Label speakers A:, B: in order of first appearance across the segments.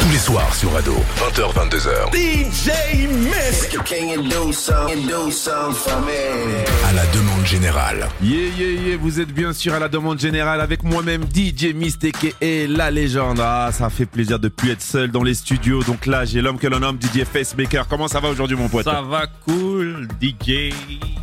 A: Tous les soirs sur Ado, 20h, 22h.
B: DJ Misk
C: Can you do something, do something for me?
A: À la demande générale.
D: Yeah, yeah, yeah, vous êtes bien sûr à la demande générale avec moi-même DJ Mystique et la légende. Ah, ça fait plaisir de plus être seul dans les studios. Donc là, j'ai l'homme que l'on nomme DJ Facemaker. Comment ça va aujourd'hui, mon pote
E: Ça va cool, DJ.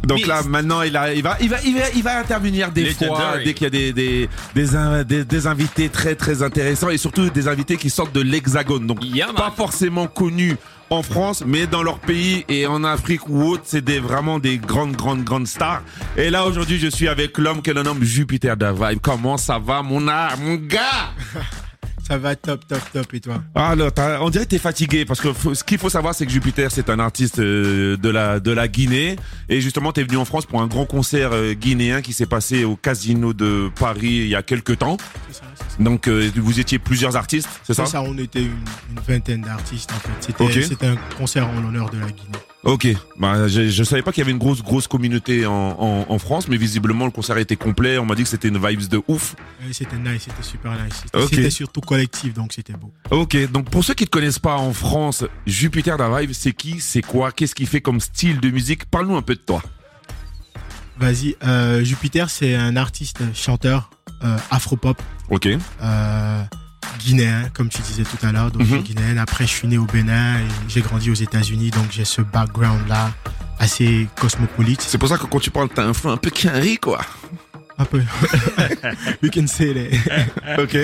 D: Donc là, maintenant, il, a- il va, il, va, il, va, il va intervenir des fois
E: Legendary.
D: dès qu'il y a des, des, des, in- des- des invités très, très intéressants et surtout des invités qui sortent de l'Hexagone. Donc,
E: Yeah, man.
D: pas forcément connus en France, mais dans leur pays et en Afrique ou autre, c'est des, vraiment des grandes, grandes, grandes stars. Et là, aujourd'hui, je suis avec l'homme que l'on nomme Jupiter Davive. Comment ça va, mon, a- mon gars
F: Ça va top, top, top. Et toi
D: Alors, Ah, t'as- on dirait que t'es fatigué parce que faut- ce qu'il faut savoir, c'est que Jupiter, c'est un artiste euh, de la de la Guinée et justement, t'es venu en France pour un grand concert euh, guinéen qui s'est passé au Casino de Paris il y a quelques temps.
F: C'est ça, c'est ça.
D: Donc, euh, vous étiez plusieurs artistes, c'est ça,
F: C'est ça, on était une, une vingtaine d'artistes en fait. C'était
D: Ok.
F: c'était un concert en l'honneur de la Guinée.
D: Ok. Bah, je, je savais pas qu'il y avait une grosse grosse communauté en, en, en France, mais visiblement le concert était complet. On m'a dit que c'était une vibes de ouf.
F: Et C'était nice, c'était super nice. C'était
D: Ok.
F: c'était surtout collectif, donc c'était beau.
D: Ok. Donc, pour ceux qui te connaissent pas en France, Jupiter Davive, c'est qui, c'est quoi, qu'est-ce qu'il fait comme style de musique Parle-nous un peu de toi.
F: Vas-y, euh, Jupiter, c'est un artiste, chanteur, euh, afro-pop,
D: Ok.
F: euh, guinéen, comme tu disais tout à l'heure, donc
D: Mhm.
F: je suis guinéen. Après, je suis né au Bénin et j'ai grandi aux États-Unis, donc j'ai ce background-là assez cosmopolite.
D: C'est pour ça que quand tu parles, t'as un fond un peu quinri, quoi.
F: Un peu. We can say it.
D: Ok.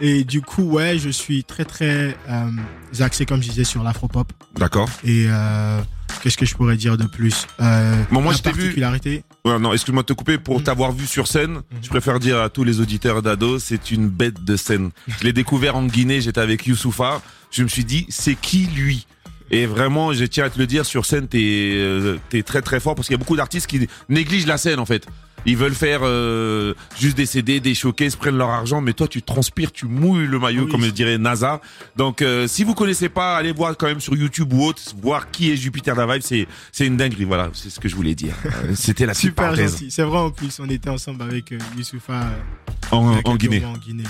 F: Et du coup, ouais, je suis très très euh, axé, comme je disais, sur l'afropop.
D: D'accord.
F: Et euh, qu'est-ce que je pourrais dire de plus euh,
D: Bon, moi,
F: la
D: je t'ai vu-
F: particularité,
D: Ouais, non, excuse-moi de te couper. Pour
F: Mhm.
D: t'avoir vu sur scène, je préfère dire à tous les auditeurs d'Ado, c'est une bête de scène. Je l'ai découvert en Guinée, j'étais avec Youssoufa. Je me suis dit, c'est qui lui et vraiment, je tiens à te le dire, sur scène, t'es euh, t'es très très fort parce qu'il y a beaucoup d'artistes qui négligent la scène en fait. Ils veulent faire euh, juste des CD, des showcases, prennent leur argent, mais toi tu transpires, tu mouilles le maillot,
F: Oui.
D: comme dirait NASA. Donc euh, si vous connaissez pas, allez voir quand même sur YouTube ou autre, voir qui est Jupiter la Vibe, c'est c'est une dinguerie. Voilà, c'est ce que je voulais dire. Euh, C'était la petite
F: super
D: parenthèse
F: gentil. C'est vrai, en plus, on était ensemble avec euh, Youssoufa euh, il y
D: en,
F: a
D: en
F: quelques
D: Guinée.
F: mois en Guinée.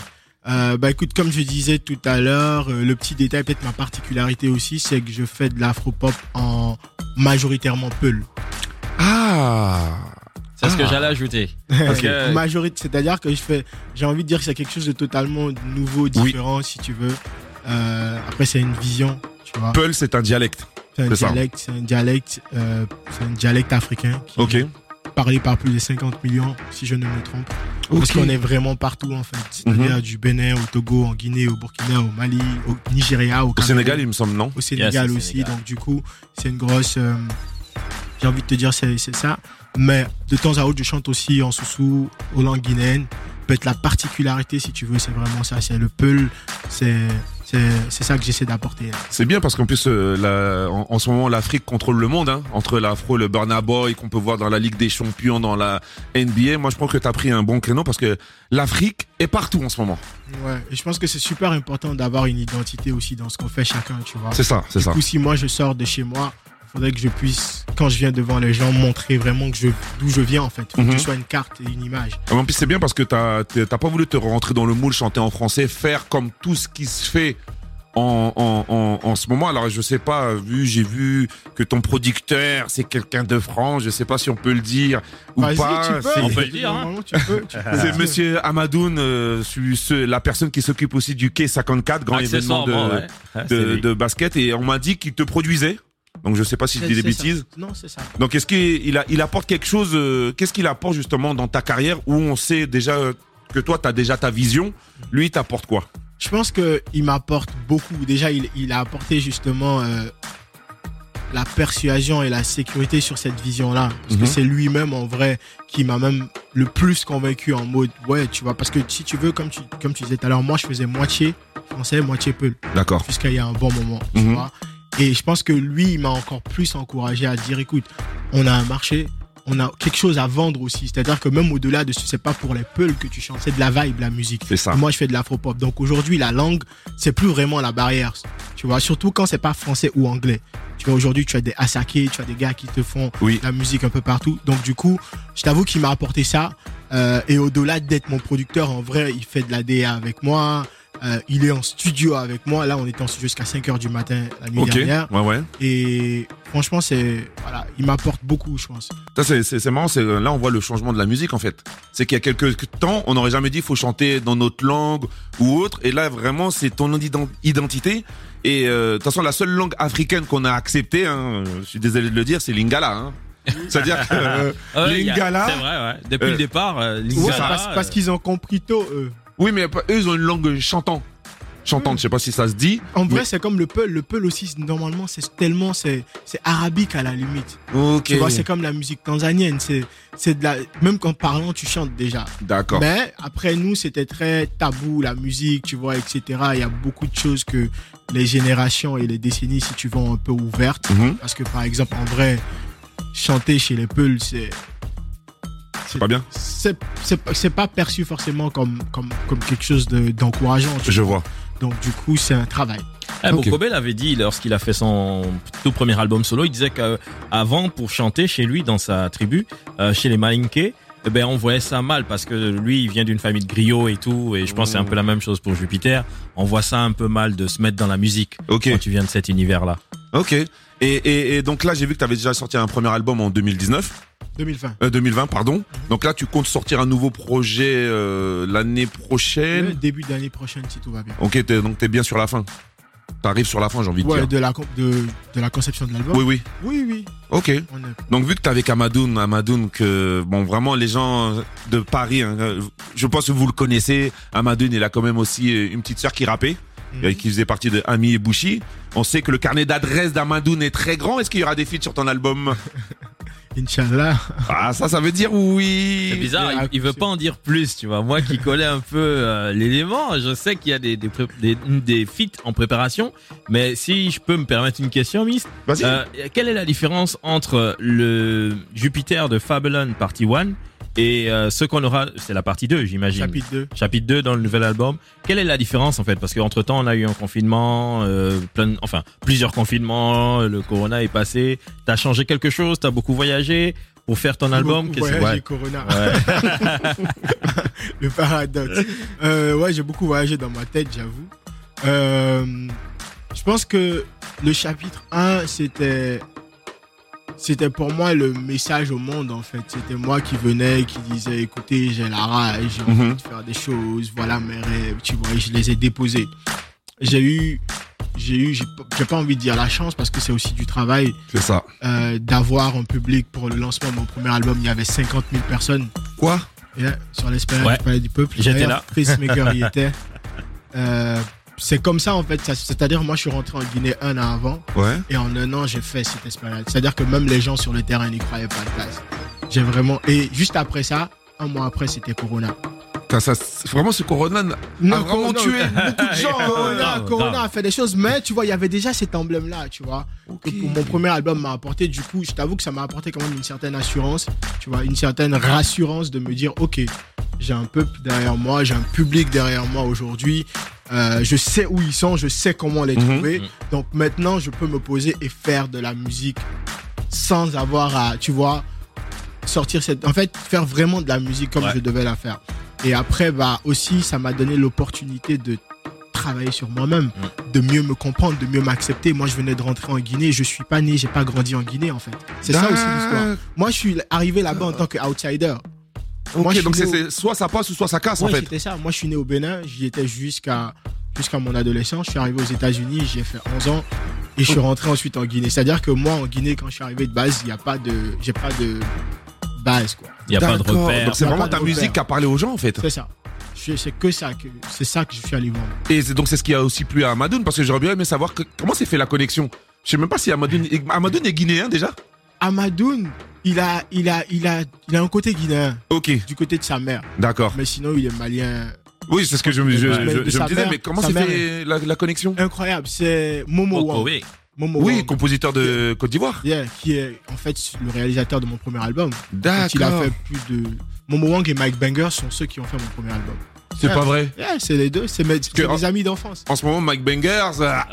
F: Euh, bah écoute, comme je disais tout à l'heure, euh, le petit détail, peut-être ma particularité aussi, c'est que je fais de l'afropop en majoritairement peul.
D: Ah,
E: C'est ce que
D: Ah.
E: j'allais ajouter. Parce que-
F: Euh, Majorité, c'est-à-dire que je fais, j'ai envie de dire que c'est quelque chose de totalement nouveau, différent, si tu veux. Euh, après, c'est une vision, tu vois.
D: Peul, c'est un dialecte.
F: C'est un
D: C'est ça.
F: dialecte, c'est un dialecte, euh, c'est un dialecte africain qui
D: Ok.
F: est parlé par plus de 50 millions, si je ne me trompe. Parce qu'on est vraiment partout en
D: Mhm.
F: fait, c'est-à-dire du Bénin au Togo, en Guinée, au Burkina, au Mali, au Nigeria, au,
D: Au
F: Cameroun,
D: Sénégal, il me semble, non
F: au Sénégal
E: Yes, au
F: aussi.
E: Sénégal.
F: Donc du coup, c'est une grosse. euh, J'ai envie de te dire, c'est c'est ça. Mais de temps à autre, je chante aussi en soussou, aux langues guinéennes. Peut-être la particularité, si tu veux, c'est vraiment ça, c'est le peul, c'est c'est- c'est ça que j'essaie d'apporter. là.
D: C'est bien parce qu'en plus, euh, la- en, en ce moment, l'Afrique contrôle le monde. Hein, entre l'Afro, le Burna Boy qu'on peut voir dans la Ligue des Champions, dans la NBA. Moi, je pense que t'as pris un bon créneau parce que l'Afrique est partout en ce moment.
F: Ouais, et je pense que c'est super important d'avoir une identité aussi dans ce qu'on fait chacun, tu vois.
D: C'est ça, c'est
F: Du
D: ça.
F: coup, si moi je sors de chez moi, faudrait que je puisse, quand je viens devant les gens, montrer vraiment que je, d'où je viens en fait. Faut
D: Mhm.
F: que ce soit une carte et une image.
D: En plus, Ah, c'est bien parce que t'as t'as t'as pas voulu te rentrer dans le moule, chanter en français, faire comme tout ce qui se fait. En, en, en, en ce moment, alors je sais pas, vu j'ai vu que ton producteur c'est quelqu'un de France, je sais pas si on peut le dire ou
F: Vas-y,
D: pas.
F: tu peux.
D: c'est-
E: on peut le dire, hein.
F: Normalement, tu peux, tu peux.
D: C'est Monsieur Amadoun, euh, celui- ce- la personne qui s'occupe aussi du quai 54, grand événement de,
E: Accessoirement, ouais. Ah, c'est
D: de,
E: lui.
D: de basket, et on m'a dit qu'il te produisait. Donc je sais pas si je dis des
F: C'est ça.
D: bêtises.
F: Non, c'est ça.
D: Donc est-ce qu'il a- il apporte quelque chose euh, Qu'est-ce qu'il apporte justement dans ta carrière où on sait déjà euh, que toi t'as déjà ta vision, lui il t'apporte quoi
F: Je pense que il m'apporte beaucoup. Déjà, il, il a apporté justement euh, la persuasion et la sécurité sur cette vision-là. Parce
D: Mhm.
F: que c'est lui-même en vrai qui m'a même le plus convaincu en mode ouais, tu vois. Parce que si tu veux, comme tu, comme tu disais tout à l'heure, moi je faisais moitié français, moitié peul.
D: D'accord.
F: jusqu'à il y a un bon moment, tu
D: Mhm.
F: vois. Et je pense que lui, il m'a encore plus encouragé à dire, écoute, on a un marché, on a quelque chose à vendre aussi. C'est-à-dire que même au-delà de ce, c'est pas pour les peuls que tu chantes, c'est de la vibe, la musique.
D: C'est ça.
F: Moi, je fais de l'afropop. Donc aujourd'hui, la langue, c'est plus vraiment la barrière. Tu vois, surtout quand c'est pas français ou anglais. Tu vois, aujourd'hui, tu as des asakés, tu as des gars qui te font
D: Oui.
F: la musique un peu partout. Donc du coup, je t'avoue qu'il m'a apporté ça. Euh, et au-delà d'être mon producteur, en vrai, il fait de la DA avec moi. Euh, il est en studio avec moi. Là, on était en studio jusqu'à 5 heures du matin la nuit
D: Ok.
F: dernière.
D: Ouais, ouais.
F: Et franchement, c'est voilà, il m'apporte beaucoup, je pense.
D: Ça, c'est- c'est c'est marrant, c'est là on voit le changement de la musique en fait. C'est qu'il y a quelques temps, on n'aurait jamais dit faut chanter dans notre langue ou autre, et là vraiment c'est ton ident- identité. Et euh, de toute façon la seule langue africaine qu'on a acceptée, hein, je suis désolé de le dire, c'est lingala. hein. C'est-à-dire que euh,
E: Ah ouais, il y a-
D: Lingala.
E: C'est vrai, ouais. Depuis
D: Euh,
E: le départ, euh, Lingala.
F: Ouais, parce, parce
E: euh,
F: qu'ils ont compris tôt. Eux.
D: oui, mais pas- eux ils ont une langue chantant, chantante. Je sais pas si ça se dit.
F: En vrai,
D: Mais-
F: c'est comme le peul. Le peul aussi, c'est- normalement, c'est tellement c'est c'est arabique à la limite.
D: Ok.
F: Tu vois, c'est comme la musique tanzanienne. C'est c'est de la même qu'en parlant, tu chantes déjà.
D: D'accord.
F: Mais après nous, c'était très tabou la musique, tu vois, etc. Il y a beaucoup de choses que les générations et les décennies, si tu veux, ont un peu ouvertes.
D: Mhm.
F: Parce que par exemple, en vrai, chanter chez les peuls, c'est
D: C'est pas bien.
F: c'est c'est pas- c'est pas perçu forcément comme comme comme quelque chose de- d'encourageant. tu
D: Je
F: vois.
D: vois.
F: Donc du coup, c'est un travail.
E: Eh,
D: Ok.
E: Bokobé l'avait dit lorsqu'il a fait son tout premier album solo. Il disait qu'avant, pour chanter chez lui, dans sa tribu, euh, chez les Malinké, eh ben, on voyait ça mal parce que lui, il vient d'une famille de griots et tout. Et je pense que c'est
D: Mmh.
E: un peu la même chose pour Jupiter. On voit ça un peu mal de se mettre dans la musique
D: Ok.
E: quand tu viens de cet univers-là.
D: Ok. Et, et, et donc là j'ai vu que t'avais déjà sorti un premier album en 2019.
F: 2020.
D: Euh, 2020, pardon. Donc là, tu comptes sortir un nouveau projet euh, l'année
F: Le
D: prochaine.
F: début d'année prochaine, si tout va bien.
D: Ok, t'es- donc t'es bien sur la fin. T'arrives sur la fin, j'ai envie de
F: Ouais,
D: dire.
F: de la com- de, de la conception de l'album.
D: Oui, oui.
F: oui, oui.
D: Ok.
F: On est-
D: Donc vu que t'es avec Amadoun, Amadoun, que bon, vraiment les gens de Paris, hein, euh, je pense que vous le connaissez. Amadoun, il a quand même aussi euh, une petite sœur qui rappait,
F: Mhm.
D: euh, qui faisait partie de Ami et Bouchi. On sait que le carnet d'adresses d'Amadoun est très grand. Est-ce qu'il y aura des feats sur ton album
F: Inch'Allah.
D: Ah, ça, ça veut dire oui.
E: C'est bizarre,
F: il-
E: il, il veut pas en dire plus, tu vois. Moi qui connais un peu euh, l'élément, je sais qu'il y a des, des, pré- des, des feats en préparation, mais si je peux me permettre une question, Miss,
D: Vas-y.
E: euh, quelle est la différence entre le Jupiter de Fabulon partie 1 et euh, ce qu'on aura, c'est la partie 2, j'imagine.
F: Chapitre 2.
E: Chapitre 2 dans le nouvel album. Quelle est la différence en fait Parce qu'entre temps, on a eu un confinement, euh, plein, de- enfin plusieurs confinements, euh, le corona est passé. T'as changé quelque chose T'as beaucoup voyagé pour faire ton album Qu'est-ce-
F: Voyage
E: ouais.
F: et Corona.
E: Ouais.
F: le paradoxe. Euh, ouais, j'ai beaucoup voyagé dans ma tête, j'avoue. Euh, je pense que le chapitre 1, c'était. C'était pour moi le message au monde en fait. C'était moi qui venais, qui disais écoutez, j'ai la rage, j'ai envie
D: Mhm.
F: de faire des choses, voilà mes rêves, tu vois, et je les ai déposés. J'ai eu, j'ai eu, j'ai pas- j'ai pas envie de dire la chance parce que c'est aussi du travail,
D: C'est ça.
F: euh, d'avoir un public pour le lancement de mon premier album. Il y avait 50 000 personnes
D: Quoi
F: et là, sur l'espérance
E: Ouais.
F: du Palais du Peuple.
E: J'étais
F: D'ailleurs,
E: là.
F: Pacemaker y était. Euh, c'est comme ça en fait. Ça- C'est-à-dire, moi, je suis rentré en Guinée un an avant
D: Ouais.
F: et en un an, j'ai fait cette esplanade. C'est-à-dire que même les gens sur le terrain n'y croyaient pas de place. J'ai vraiment. Et juste après ça, un mois après, c'était Corona.
D: Ça, ça, c'est- vraiment, ce Corona a Ah, vraiment
F: Corona-
D: tué beaucoup de gens.
E: Corona,
D: hein.
F: Corona,
E: Grave,
F: euh, Corona
E: grave.
F: a fait des choses, mais tu vois, il y avait déjà cet emblème-là, tu vois. que pour mon premier album m'a apporté, du coup, je t'avoue que ça m'a apporté quand même une certaine assurance, tu vois, une certaine rassurance de me dire, ok, j'ai un peuple derrière moi, j'ai un public derrière moi aujourd'hui, euh, je sais où ils sont, je sais comment les
D: Mhm.
F: trouver, donc maintenant je peux me poser et faire de la musique sans avoir à, tu vois, sortir cette, en fait, faire vraiment de la musique comme
E: Ouais.
F: je devais la faire. Et après, bah aussi, ça m'a donné l'opportunité de travailler sur moi-même,
D: Mm.
F: de mieux me comprendre, de mieux m'accepter. Moi, je venais de rentrer en Guinée, je suis pas né, j'ai pas grandi en Guinée en fait. C'est ça aussi
D: Ah,
F: l'histoire. Moi, je suis arrivé là-bas en tant qu'outsider. Moi, je
D: Euh. Ok,
F: suis
D: donc
F: né
D: c'est
F: au-
D: c'est soit ça passe ou soit ça casse en
F: Ouais,
D: fait.
F: c'était ça. Moi, je suis né au Bénin, j'y étais jusqu'à jusqu'à mon adolescence. Je suis arrivé aux États-Unis, j'y ai fait 11 ans et je suis
D: Oh.
F: rentré ensuite en Guinée. C'est-à-dire que moi, en Guinée, quand je suis arrivé de base, il y a pas de, j'ai pas de base quoi.
E: Il n'y a pas de
D: D'accord.
E: repère.
D: Donc c'est
F: Y a
D: vraiment
F: pas de
D: ta
F: repère.
D: musique qui a parlé aux gens en fait.
F: C'est ça. Je- C'est que ça que c'est ça que je suis allé voir.
D: Et c'est- donc c'est ce qui a aussi plu à Amadoun parce que j'aurais bien aimé savoir que- comment s'est fait la connexion. Je sais même pas si Amadoun, Amadoun est guinéen déjà.
F: Amadoun, il a, il a, il a, il a un côté guinéen
D: Ok,
F: du côté de sa mère,
D: d'accord.
F: mais sinon il est malien.
D: Oui, c'est ce que je, me- je-
E: Ouais.
D: je- je
F: Eh ben, De sa
D: me disais,
F: mère-
D: mais comment
F: sa
D: s'est
F: mère
D: fait la, la connexion
F: Incroyable, c'est Momo
E: Boko,
F: Wang.
E: oui.
F: Momo
D: Oh, Oui,
F: Wang,
D: compositeur de Côte d'Ivoire.
F: yeah, qui est en fait le réalisateur de mon premier album.
D: D'accord.
F: Donc, il a fait plus de. Momo Wang et Mike Banger sont ceux qui ont fait mon premier album.
D: C'est pas vrai.
F: Yeah, c'est les deux, c'est mes, c'est
D: Que-
F: mes amis d'enfance.
D: En ce moment, Mike Bangers, ah,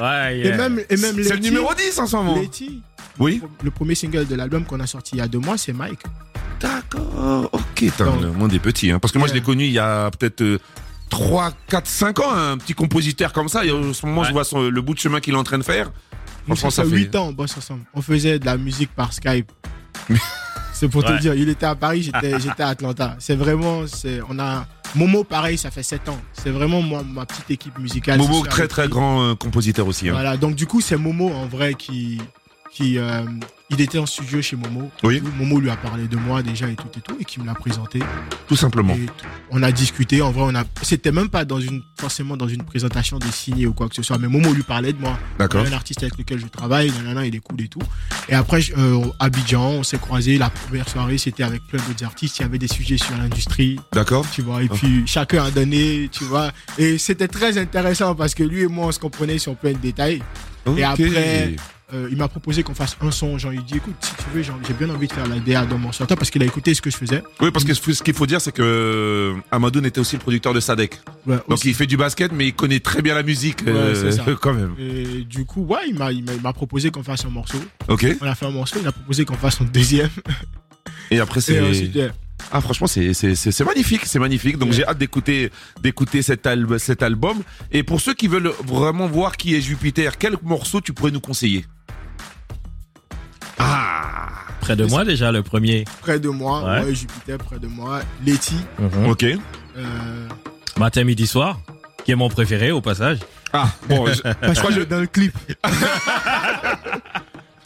E: Ouais,
F: Et
E: yeah.
F: même, et même
D: c'est le
F: Letty-
D: numéro 10 en ce moment.
F: Letty,
D: Oui.
F: le premier single de l'album qu'on a sorti il y a deux mois, c'est Mike.
D: D'accord, ok, putain,
F: Donc-
D: le monde est petit. Hein. Parce que moi, je
F: Ouais.
D: l'ai connu il y a peut-être euh, 3, 4, 5 ans, hein. un petit compositeur comme ça. Et euh, en ce moment,
E: Ouais.
D: je vois son- le bout de chemin qu'il est en train de faire.
F: Nous,
D: Franchement,
F: ça
D: ça
F: fait
D: fait.
F: 8 ans, on bosse ensemble. On faisait de la musique par Skype. c'est pour
E: Ouais.
F: te dire, il était à Paris, j'étais j'étais à Atlanta. C'est vraiment, c'est, on a Momo pareil, ça fait 7 ans. C'est vraiment moi, ma petite équipe musicale.
D: Momo,
F: Ah, c'est ça,
D: très
F: avec
D: très
F: lui.
D: grand euh, compositeur aussi. hein.
F: Voilà, donc du coup, c'est Momo en vrai qui. qui euh, il était en studio chez Momo.
D: Oui.
F: Momo lui a parlé de moi déjà et tout et tout, et qui me l'a présenté.
D: Tout simplement.
F: Et tout. on a discuté, en vrai, on a. C'était même pas dans une, forcément dans une présentation de signer ou quoi que ce soit, mais Momo lui parlait de moi. Il y
D: D'accord.
F: a un artiste avec lequel je travaille, nanana, il est cool et tout. Et après, je- euh, Abidjan, on s'est croisés. La première soirée, c'était avec plein d'autres artistes. Il y avait des sujets sur l'industrie,
D: D'accord.
F: tu vois. Et puis, chacun a donné, tu vois. Et c'était très intéressant parce que lui et moi, on se comprenait sur plein de détails.
D: Ok.
F: après- Euh, il m'a proposé qu'on fasse un son. Genre, il dit, écoute, si tu veux, j'ai j'ai bien envie de faire la DA dans mon sortant parce qu'il a écouté ce que je faisais.
D: Oui, parce que ce qu'il faut dire, c'est que euh, Amadou était aussi le producteur de Sadek.
F: Ouais,
D: Donc
F: aussi.
D: il fait du basket, mais il connaît très bien la musique
F: Ouais,
D: euh,
F: c'est ça.
D: quand même.
F: Et du coup, ouais, il m'a- il m'a il m'a proposé qu'on fasse un morceau.
D: Ok.
F: On a fait un morceau, il a proposé qu'on fasse un deuxième.
D: Et après,
F: Et
D: c'est.
F: euh, c'était-
D: Ah franchement c'est c'est c'est c'est magnifique c'est magnifique donc
F: Ouais.
D: j'ai hâte d'écouter d'écouter cet album cet album et pour ceux qui veulent vraiment voir qui est Jupiter quel morceau tu pourrais nous conseiller ah
E: Près de moi déjà le premier.
F: près de moi,
E: Ouais.
F: moi et Jupiter près de moi, Letty,
D: ok
F: euh,
E: Matin, midi, soir, qui est mon préféré au passage.
D: ah bon je,
F: parce
D: crois
F: que
D: que
F: dans le clip,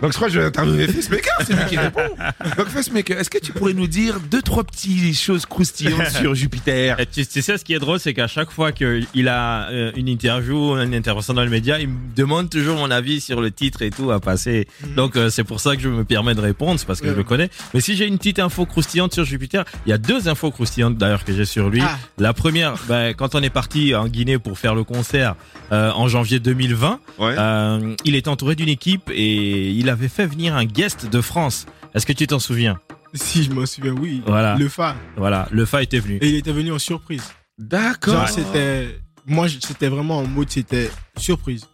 D: donc je crois que je vais interviewer Facemaker c'est lui qui répond donc Facemaker est-ce que tu pourrais nous dire deux trois petites choses croustillantes sur Jupiter
E: Et tu, tu sais ce qui est drôle, c'est qu'à chaque fois qu'il a euh, une interview, une intervention dans le média, il me demande toujours mon avis sur le titre et tout à passer.
F: Mhm.
E: Donc euh, c'est pour ça que je me permets de répondre, c'est parce que
F: Ouais.
E: je le connais. Mais si j'ai une petite info croustillante sur Jupiter, il y a deux infos croustillantes d'ailleurs que j'ai sur lui.
F: Ah.
E: La première, ben, quand on est parti en Guinée pour faire le concert euh, en janvier 2020,
D: ouais
E: euh, il était entouré d'une équipe et il avait fait venir un guest de France. Est-ce que tu t'en souviens
F: si je m'en souviens, oui,
E: Voilà.
F: le Fa,
E: Voilà, le Fa était venu.
F: et il était venu en surprise.
D: d'accord
F: Genre c'était, moi je- c'était vraiment en mode c'était surprise.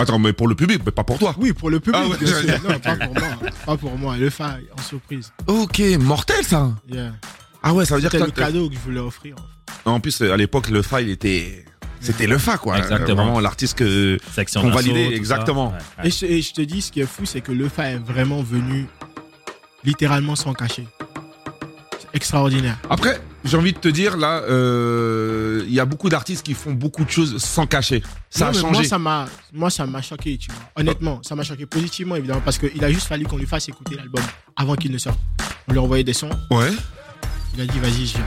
D: attends mais pour le public mais pas pour toi
F: Oui pour le public,
D: Ah ouais,
F: bien sûr.
D: j'allais
F: non pas pour moi, pas pour moi, le Fa en surprise.
D: ok mortel ça
F: Yeah.
D: ah ouais ça veut dire que
F: C'était le
D: toi,
F: cadeau que je voulais offrir. en fait.
D: Non, En plus, euh, à l'époque, le fa, il était. C'était le fa, quoi.
E: Exactement.
D: Euh, Vraiment l'artiste que.
E: Section
D: Qu'on
E: d'assaut,
D: validait,
E: tout ça.
D: exactement.
E: Ouais, ouais.
F: Et, je, et je te dis ce qui est fou, c'est que le Fa est vraiment venu littéralement sans cacher. C'est extraordinaire.
D: Après, j'ai envie de te dire, là, euh, il y a beaucoup d'artistes qui font beaucoup de choses sans cacher. Ça
F: Non,
D: a
F: mais
D: changé.
F: Moi, ça m'a, moi, ça m'a choqué, tu vois. Honnêtement, ça m'a choqué positivement, évidemment, parce qu'il a juste fallu qu'on lui fasse écouter l'album avant qu'il ne sorte. On lui envoyait des sons,
D: Ouais.
F: il a dit, vas-y, je viens.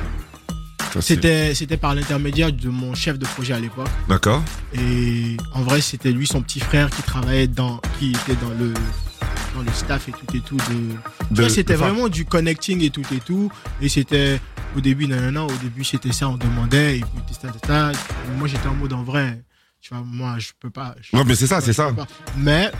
D: Ça, c'est-
F: C'était, c'était par l'intermédiaire de mon chef de projet à l'époque.
D: D'accord.
F: Et en vrai, c'était lui, son petit frère, qui travaillait dans, qui était dans le, dans le staff et tout et tout de, Tu
D: De-
F: vois, c'était
D: de Fa.
F: vraiment du connecting et tout et tout. Et c'était au début, nanana, au début c'était ça, on demandait, et puis tata, tata. Moi j'étais en mode en vrai. Tu vois, moi je peux pas. je-
D: Ouais, mais c'est ça, c'est
F: je
D: ça.
F: peux pas. Mais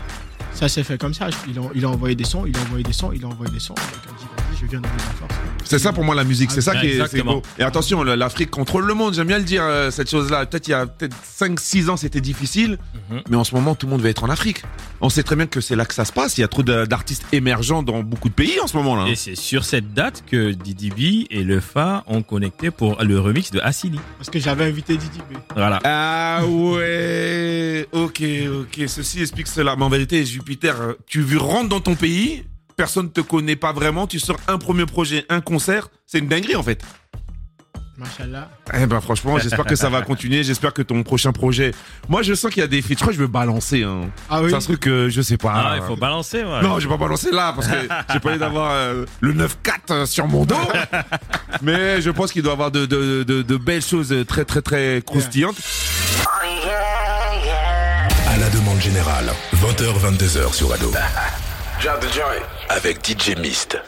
F: ça s'est fait comme ça. Il a, il a envoyé des sons, il a envoyé des sons, il a envoyé des sons. Le mec a dit, vas-y, je viens de la force.
D: C'est ça pour moi la musique, c'est
F: Ah,
D: ça qui est, c'est
E: Exactement.
D: beau. Et attention, le- l'Afrique contrôle le monde, j'aime bien le dire, euh, cette chose-là. Peut-être il y a peut-être 5-6 ans c'était difficile,
E: Mhm.
D: mais en ce moment tout le monde va être en Afrique. On sait très bien que c'est là que ça se passe, il y a trop de- d'artistes émergents dans beaucoup de pays en ce moment-là. hein.
E: Et c'est sur cette date que Didi B et le Fa ont connecté pour le remix de Assini.
F: Parce que j'avais invité Didi B.
E: Voilà.
D: Ah ouais, ok, ok, ceci explique cela. Mais en vérité, Jupiter, euh, tu rentres dans ton pays, personne ne te connaît pas vraiment, tu sors un premier projet, un concert, c'est une dinguerie en fait.
F: Machallah.
D: Eh ben franchement, j'espère que ça va continuer, j'espère que ton prochain projet... Moi je sens qu'il y a des feats, je crois que je vais balancer. Hein.
F: Ah oui.
D: C'est un truc que je sais pas.
E: Ah, il faut balancer, ouais.
D: Non, je vais pas balancer là parce que j'ai pas l'air d'avoir euh, le 9-4 sur mon dos. Mais je pense qu'il doit avoir de, de, de, de belles choses euh, très très très croustillantes.
A: À la demande générale, 20h, 22h sur Ado. Avec DJ Mist.